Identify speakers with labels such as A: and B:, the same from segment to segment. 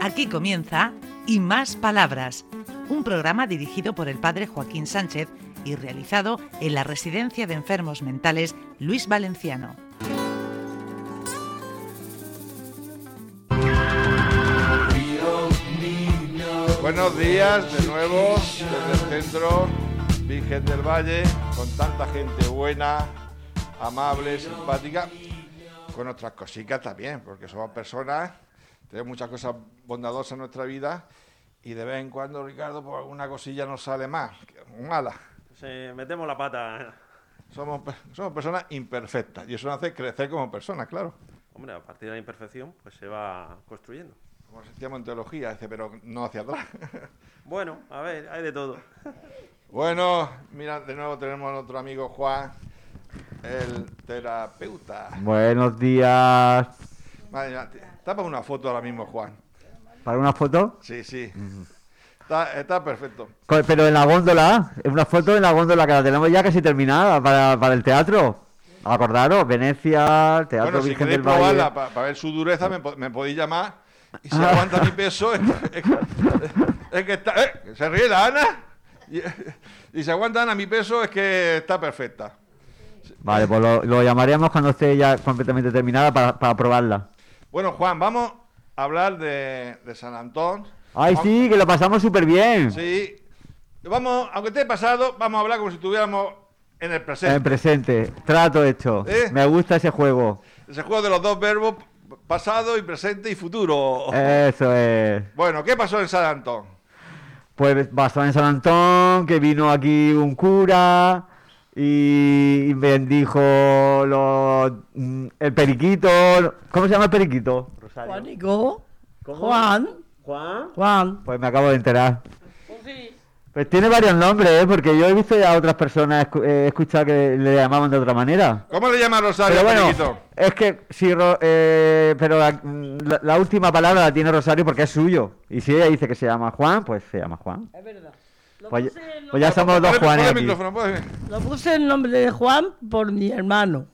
A: Aquí comienza Y Más Palabras, un programa dirigido por el padre Joaquín Sánchez y realizado en la Residencia de Enfermos Mentales Luis Valenciano.
B: Buenos días de nuevo desde el centro Virgen del Valle, con tanta gente buena, amable, simpática, con nuestras cositas también, porque somos personas, tenemos muchas cosas bondadosas en nuestra vida y de vez en cuando, Ricardo, pues alguna cosilla nos sale más, mala.
C: Se metemos la pata.
B: Somos, pe- somos personas imperfectas y eso nos hace crecer como personas, claro.
C: Hombre, a partir de la imperfección, pues se va construyendo.
B: Como decíamos en teología, dice, pero no hacia atrás.
C: Bueno, a ver, hay de todo.
B: bueno, mira, de nuevo tenemos a nuestro amigo Juan, el terapeuta.
D: Buenos días.
B: Madre mía, te- tapa una foto ahora mismo, Juan.
D: ¿Para una foto?
B: Sí, sí. Está, está perfecto.
D: Co- Pero en la góndola, es una foto en la góndola que la tenemos ya casi terminada para, para el teatro. Acordaros, Venecia, Teatro
B: bueno, si
D: Virgen
B: queréis
D: del Valle.
B: probarla para ver su dureza, me, po- me podéis llamar. Y
D: Ah.
B: si aguanta mi peso, es, que- es que está. ¡eh! ¿Se ríe la Ana? Y, y si aguanta Ana mi peso, es que está perfecta.
D: Vale, pues lo, lo llamaríamos cuando esté ya completamente terminada para, para probarla.
B: Bueno, Juan, vamos a hablar de, de San Antón.
D: ¡Ay,
B: Vamos-
D: sí! Que lo pasamos súper bien.
B: Sí. Vamos, aunque esté pasado, vamos a hablar como si estuviéramos en el presente.
D: En presente. Trato hecho.
B: ¿Eh?
D: Me gusta ese juego.
B: Ese juego de los dos verbos, pasado y presente y futuro.
D: Eh. Eso es.
B: Bueno, ¿qué pasó en San Antón?
D: Pues basado en San Antón, que vino aquí un cura y bendijo los, mm, el periquito. ¿Cómo se llama el periquito?
E: Juanico, Juan,
C: Juan.
E: Juan,
D: Pues me acabo de enterar. Pues tiene varios nombres, ¿eh? porque yo he visto ya otras personas escu- eh, he escuchado que le llamaban de otra manera.
B: ¿Cómo le llama Rosario
D: Pero bueno,
B: Periquito?
D: es que si Ro- eh, pero la, mm, la- la última palabra la tiene Rosario porque es suyo. Y si ella dice que se llama Juan, pues se llama Juan.
E: es verdad. Lo
D: Pues,
E: puse, el
D: pues ya somos dos
B: Ponle-
D: Juanes
B: ponle el
D: aquí.
B: micrófono, ponle-
E: nombre- lo puse el nombre de Juan por mi hermano.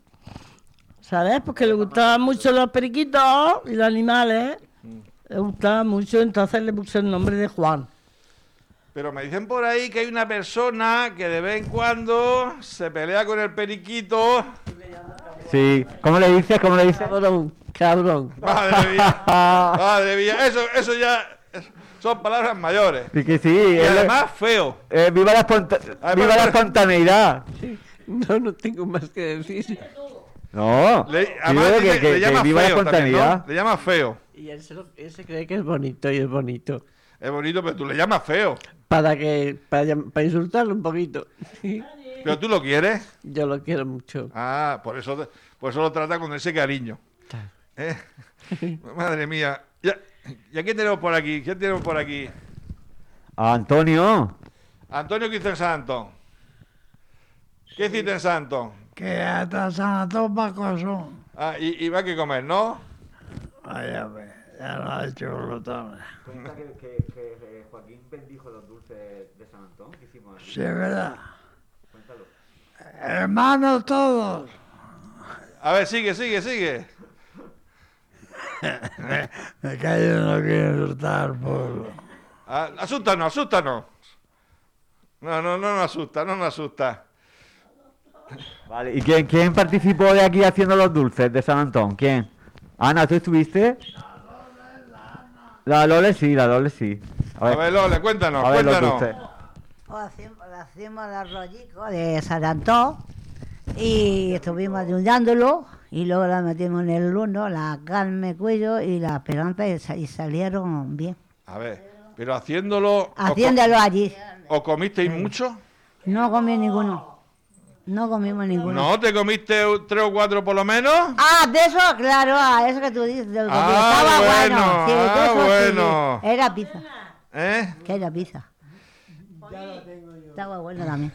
E: ¿Sabes? Porque le gustaban mucho los periquitos y los animales. Le gustaban mucho, entonces le puse el nombre de Juan.
B: Pero me dicen por ahí que hay una persona que de vez en cuando se pelea con el periquito.
D: Sí. ¿Cómo le dices? ¿Cómo le dices?
E: Cabrón, cabrón.
B: Madre mía. Madre mía. Eso, eso ya es- son palabras mayores.
D: Sí que sí.
B: Y
D: él-
B: además feo.
D: eh, viva, la esponta-
B: Además,
D: viva la
B: pero-
D: espontaneidad.
F: No, no tengo más que decir.
D: No.
B: Le,
D: digo
B: además dice
D: que,
B: que
D: que-
B: le
D: que
B: llama
D: viva la
B: feo también, ¿no?
D: espontaneidad.
B: Le llama feo.
F: Y él se, lo- él se cree que es bonito y es bonito.
B: Es bonito, pero tú le llamas feo.
F: Para que para, llam- para insultarlo un poquito.
B: Pero tú lo quieres.
F: Yo lo quiero mucho.
B: Ah, por eso, te- por eso lo trata con ese cariño. ¿Eh? Madre mía. Ya- ¿Y a quién tenemos por aquí? ¿Quién tenemos por aquí?
D: Ah, Antonio.
B: Antonio, ¿qué hiciste en San Antón? ¿Qué hiciste en San Antón?
G: que hasta San Antón Paco son.
B: Ah, y, y va que comer, ¿no?
G: Vaya, ve, ya lo ha hecho brutal.
H: Cuenta que, que, que, eh, Joaquín bendijo los dulces de San Antón que hicimos aquí.
G: Sí, es verdad. Hermanos todos,
B: A ver, sigue, sigue, sigue.
G: me callo, no quiero insultar al pueblo.
B: Ah, asústanos, asústanos. No, no, no nos asusta, no nos asusta.
D: Vale. ¿Y quién, quién participó de aquí haciendo los dulces de San Antón? ¿Quién? Ana, ¿tú estuviste? La Lole sí, la Lole sí. A
B: A
D: ver,
B: ver, Lole, cuéntanos,
D: a ver los
B: cuéntanos.
D: dulces.
I: O hacemos, hacemos el arroyico de San Antón y estuvimos ayudándolo y luego la metimos en el horno, la Carmen Cuello y la Esperanza y, sa- y salieron bien.
B: A ver, pero haciéndolo. ¿os co-
I: Haciéndolo allí.
B: ¿Os comisteis
D: Mm.
B: mucho?
I: No comí ninguno. No comimos ninguno.
B: ¿No? ¿Te comiste u- tres o cuatro por lo menos?
I: Ah, de eso, claro, ah, eso que tú dices. de lo que
B: Ah,
I: estaba bueno.
B: bueno,
I: sí, de
B: ah,
I: eso sí.
B: bueno.
I: Era pizza.
B: ¿Eh?
I: Que era pizza. Estaba bueno también.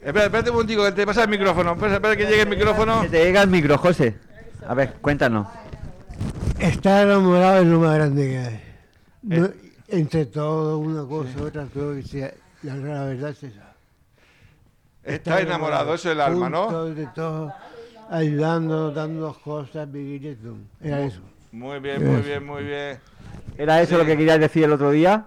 B: Espera, espérate un momentico, que te pasa el micrófono. Espera, espera que llegue el micrófono.
D: Que te llega el micro, José. A ver, cuéntanos.
J: Estar enamorado es lo más grande que hay.
B: Eh.
J: No- entre todo, una cosa, otra, creo que sea, la, la verdad es esa.
B: Está enamorado, eso es el alma, ¿no?
J: Juntos, de todo, ayudando, dando cosas, vivir y todo. Era eso.
B: Muy bien, muy bien, muy bien.
D: ¿Era eso lo que querías decir el otro día?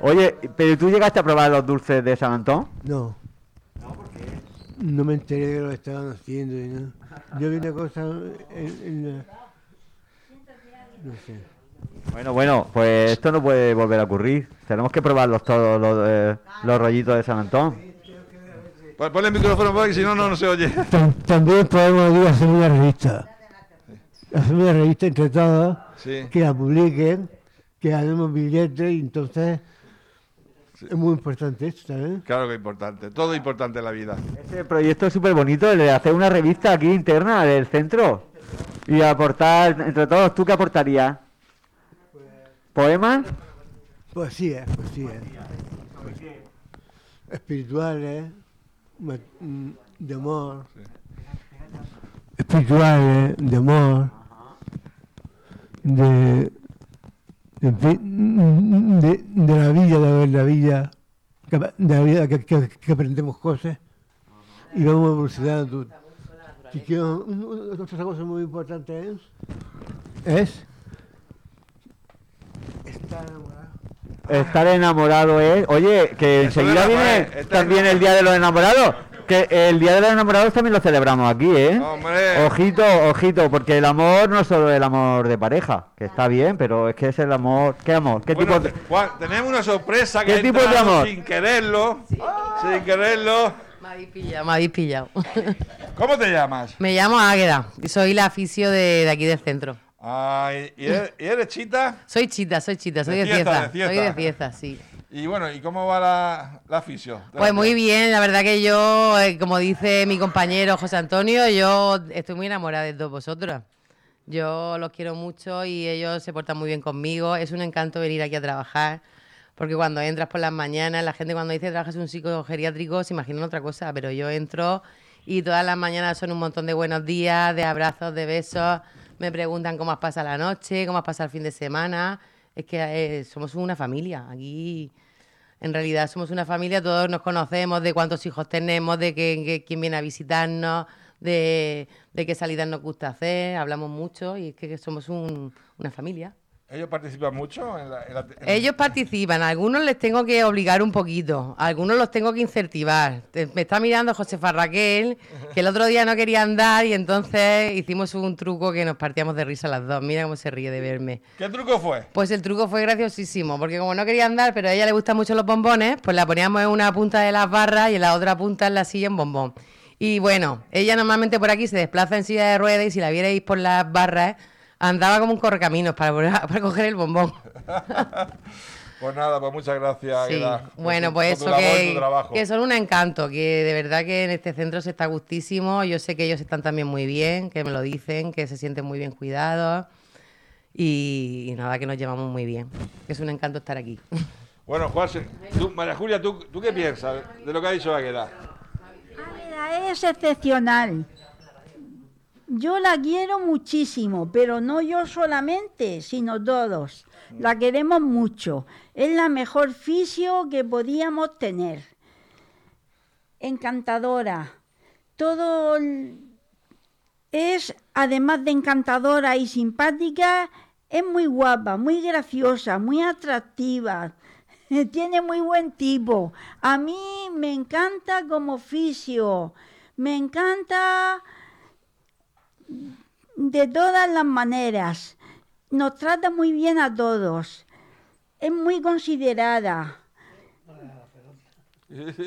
D: Oye, pero tú llegaste a probar los dulces de San Antón.
J: No. No me enteré de lo que estaban haciendo y nada. Yo vi una cosa en, en la... No sé.
D: Bueno, bueno, pues esto no puede volver a ocurrir. Tenemos que probarlos todos los, eh, los rollitos de San Antón.
B: Pues ponle el micrófono, porque si no, no, no se oye.
J: Tam- también podemos algún día hacer una revista. Hacer una revista entre todos,
B: Sí.
J: que la publiquen, que ganemos billetes y entonces es muy importante esto eh? también.
B: Claro que es importante, todo es importante en la vida.
D: Este proyecto es súper bonito, el de hacer una revista aquí interna del centro. Y aportar, entre todos, ¿tú qué aportarías? ¿Poemas?
J: Poesía, poesía. Espirituales, eh. ma- mm, de amor. Espirituales, de amor. De, de, en fin, de, de la vida, de ver la vida, que ap- de la vida que, que- que aprendemos cosas y vamos evolucionando. Y que un- un- otra cosa muy importante es, es estar enamorado.
D: Estar enamorado es. Oye, que enseguida viene
B: eh,
D: también el Día de los Enamorados. Que el Día de los Enamorados también lo celebramos aquí, ¿eh? Ojito, ojito, porque el amor no es solo el amor de pareja, que está bien, pero es que es el amor. ¿Qué amor? ¿Qué
B: Bueno,
D: tipo de.?
B: te- Juan, tenemos una sorpresa que
D: ¿Qué
B: ha
D: tipo de
B: entrado
D: amor?
B: sin quererlo, sin quererlo.
K: Me habéis pillado, me habéis pillado.
B: ¿Cómo te llamas?
K: Me llamo Águeda y soy la aficio de, de aquí del centro.
B: Ay, ¿y, eres, y eres chita?
K: Soy chita, soy chita, soy
B: De
K: de,
B: fiesta,
K: fiesta,
B: de fiesta.
K: Soy de fiesta, sí.
B: Y bueno, ¿y cómo va la, la fisio?
K: Pues muy bien, la verdad que yo, eh, como dice mi compañero José Antonio, yo estoy muy enamorada de todos vosotros. Yo los quiero mucho y ellos se portan muy bien conmigo. Es un encanto venir aquí a trabajar, porque cuando entras por las mañanas, la gente cuando dice trabajas en un psicogeriátrico se imaginan otra cosa, pero yo entro y todas las mañanas son un montón de buenos días, de abrazos, de besos. Me preguntan cómo has pasado la noche, cómo has pasado el fin de semana. Es que eh, somos una familia aquí. En realidad somos una familia, todos nos conocemos de cuántos hijos tenemos, de que- que- quién viene a visitarnos, de, de qué salidas nos gusta hacer, hablamos mucho y es que somos un- una familia.
B: ¿Ellos participan mucho? En la, en la- en la-
K: Ellos participan, a algunos les tengo que obligar un poquito, a algunos los tengo que incentivar. Te- Me está mirando José Farraquel, que el otro día no quería andar y entonces hicimos un truco que nos partíamos de risa las dos. Mira cómo se ríe de verme.
B: ¿Qué truco fue?
K: Pues el truco fue graciosísimo, porque como no quería andar, pero a ella le gustan mucho los bombones, pues la poníamos en una punta de las barras y en la otra punta en la silla un bombón. Y bueno, ella normalmente por aquí se desplaza en silla de ruedas y si la vierais por las barras, andaba como un correcaminos para, volver- para coger el bombón.
B: Pues nada, pues muchas gracias.
K: Sí.
B: Águeda, por
K: Bueno,
B: tu-
K: pues
B: por
K: eso
B: tu labor y tu
K: que,
B: trabajo.
K: que son un encanto, que de verdad que en este centro se está gustísimo. Yo sé que ellos están también muy bien, que me lo dicen, que se sienten muy bien cuidados y, y nada, que nos llevamos muy bien. Es un encanto estar aquí.
B: Bueno, Juan, se- tú, María Julia, ¿tú, ¿tú qué piensas de lo que ha dicho Águeda?
L: Águeda Ah, es excepcional. Yo la quiero muchísimo, pero no yo solamente, sino todos. La queremos mucho. Es la mejor fisio que podíamos tener. Encantadora. Todo el- es, además de encantadora y simpática, es muy guapa, muy graciosa, muy atractiva. Tiene muy buen tipo. A mí me encanta como oficio. Me encanta de todas las maneras. Nos trata muy bien a todos. Es muy considerada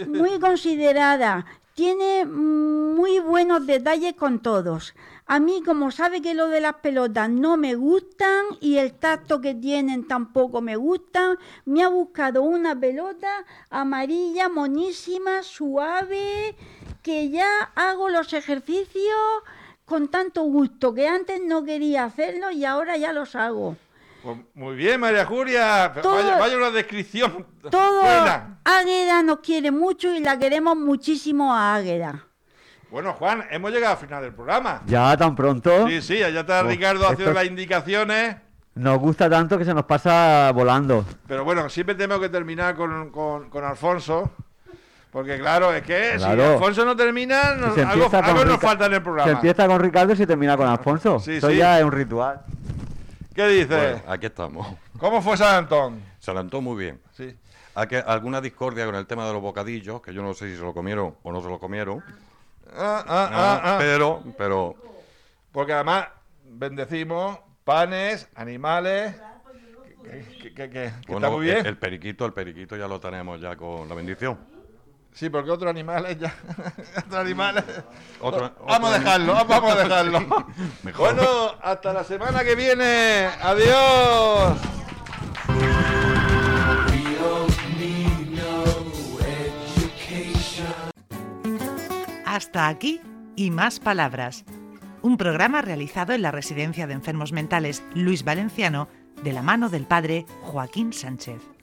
L: muy considerada. Tiene muy buenos detalles con todos. A mí, como sabe que lo de las pelotas no me gustan y el tacto que tienen tampoco me gustan, me ha buscado una pelota amarilla, monísima, suave, que ya hago los ejercicios con tanto gusto, que antes no quería hacerlo y ahora ya los hago.
B: Pues muy bien, María Julia. Pero
L: Todo-
B: Vaya, vaya una descripción
L: Todo
B: buena.
L: Águeda nos quiere mucho y la queremos muchísimo a Águeda.
B: Bueno, Juan, hemos llegado al final del programa.
D: Ya tan pronto.
B: Sí, sí, allá está
D: Pues,
B: Ricardo haciendo
D: esto
B: las indicaciones.
D: Nos gusta tanto que se nos pasa volando.
B: Pero bueno, siempre tengo que terminar con, con- con Alfonso. Porque claro, es que si
D: Claro.
B: Alfonso no termina, no-
D: Se
B: algo,
D: empieza con
B: algo nos
D: Rica-
B: falta en el
D: Se
B: programa.
D: empieza con Ricardo y se termina con Alfonso.
B: Sí,
D: Eso
B: sí.
D: ya es un ritual.
B: ¿Qué dices?
J: Bueno, aquí estamos.
B: ¿Cómo fue San Antón?
J: San Antón muy bien.
B: Sí.
J: A que- alguna discordia con el tema de los bocadillos, que yo no sé si se lo comieron o no se lo comieron.
B: Ah, ah,
J: Ah,
B: ah, ah.
J: Pero, pero,
B: Porque además bendecimos panes, animales. Que, que- que- que
J: bueno,
B: está muy
J: el-
B: bien.
J: El, periquito, el periquito ya lo tenemos ya con la bendición.
B: Sí, porque otros animales ya. otros animales.
J: Otro-
B: vamos a
J: otro-
B: dejarlo, vamos a dejarlo.
J: Mejor.
B: Bueno, hasta la semana que viene. Adiós.
A: Hasta aquí y más palabras. Un programa realizado en la Residencia de Enfermos Mentales Luis Valenciano de la mano del padre Joaquín Sánchez.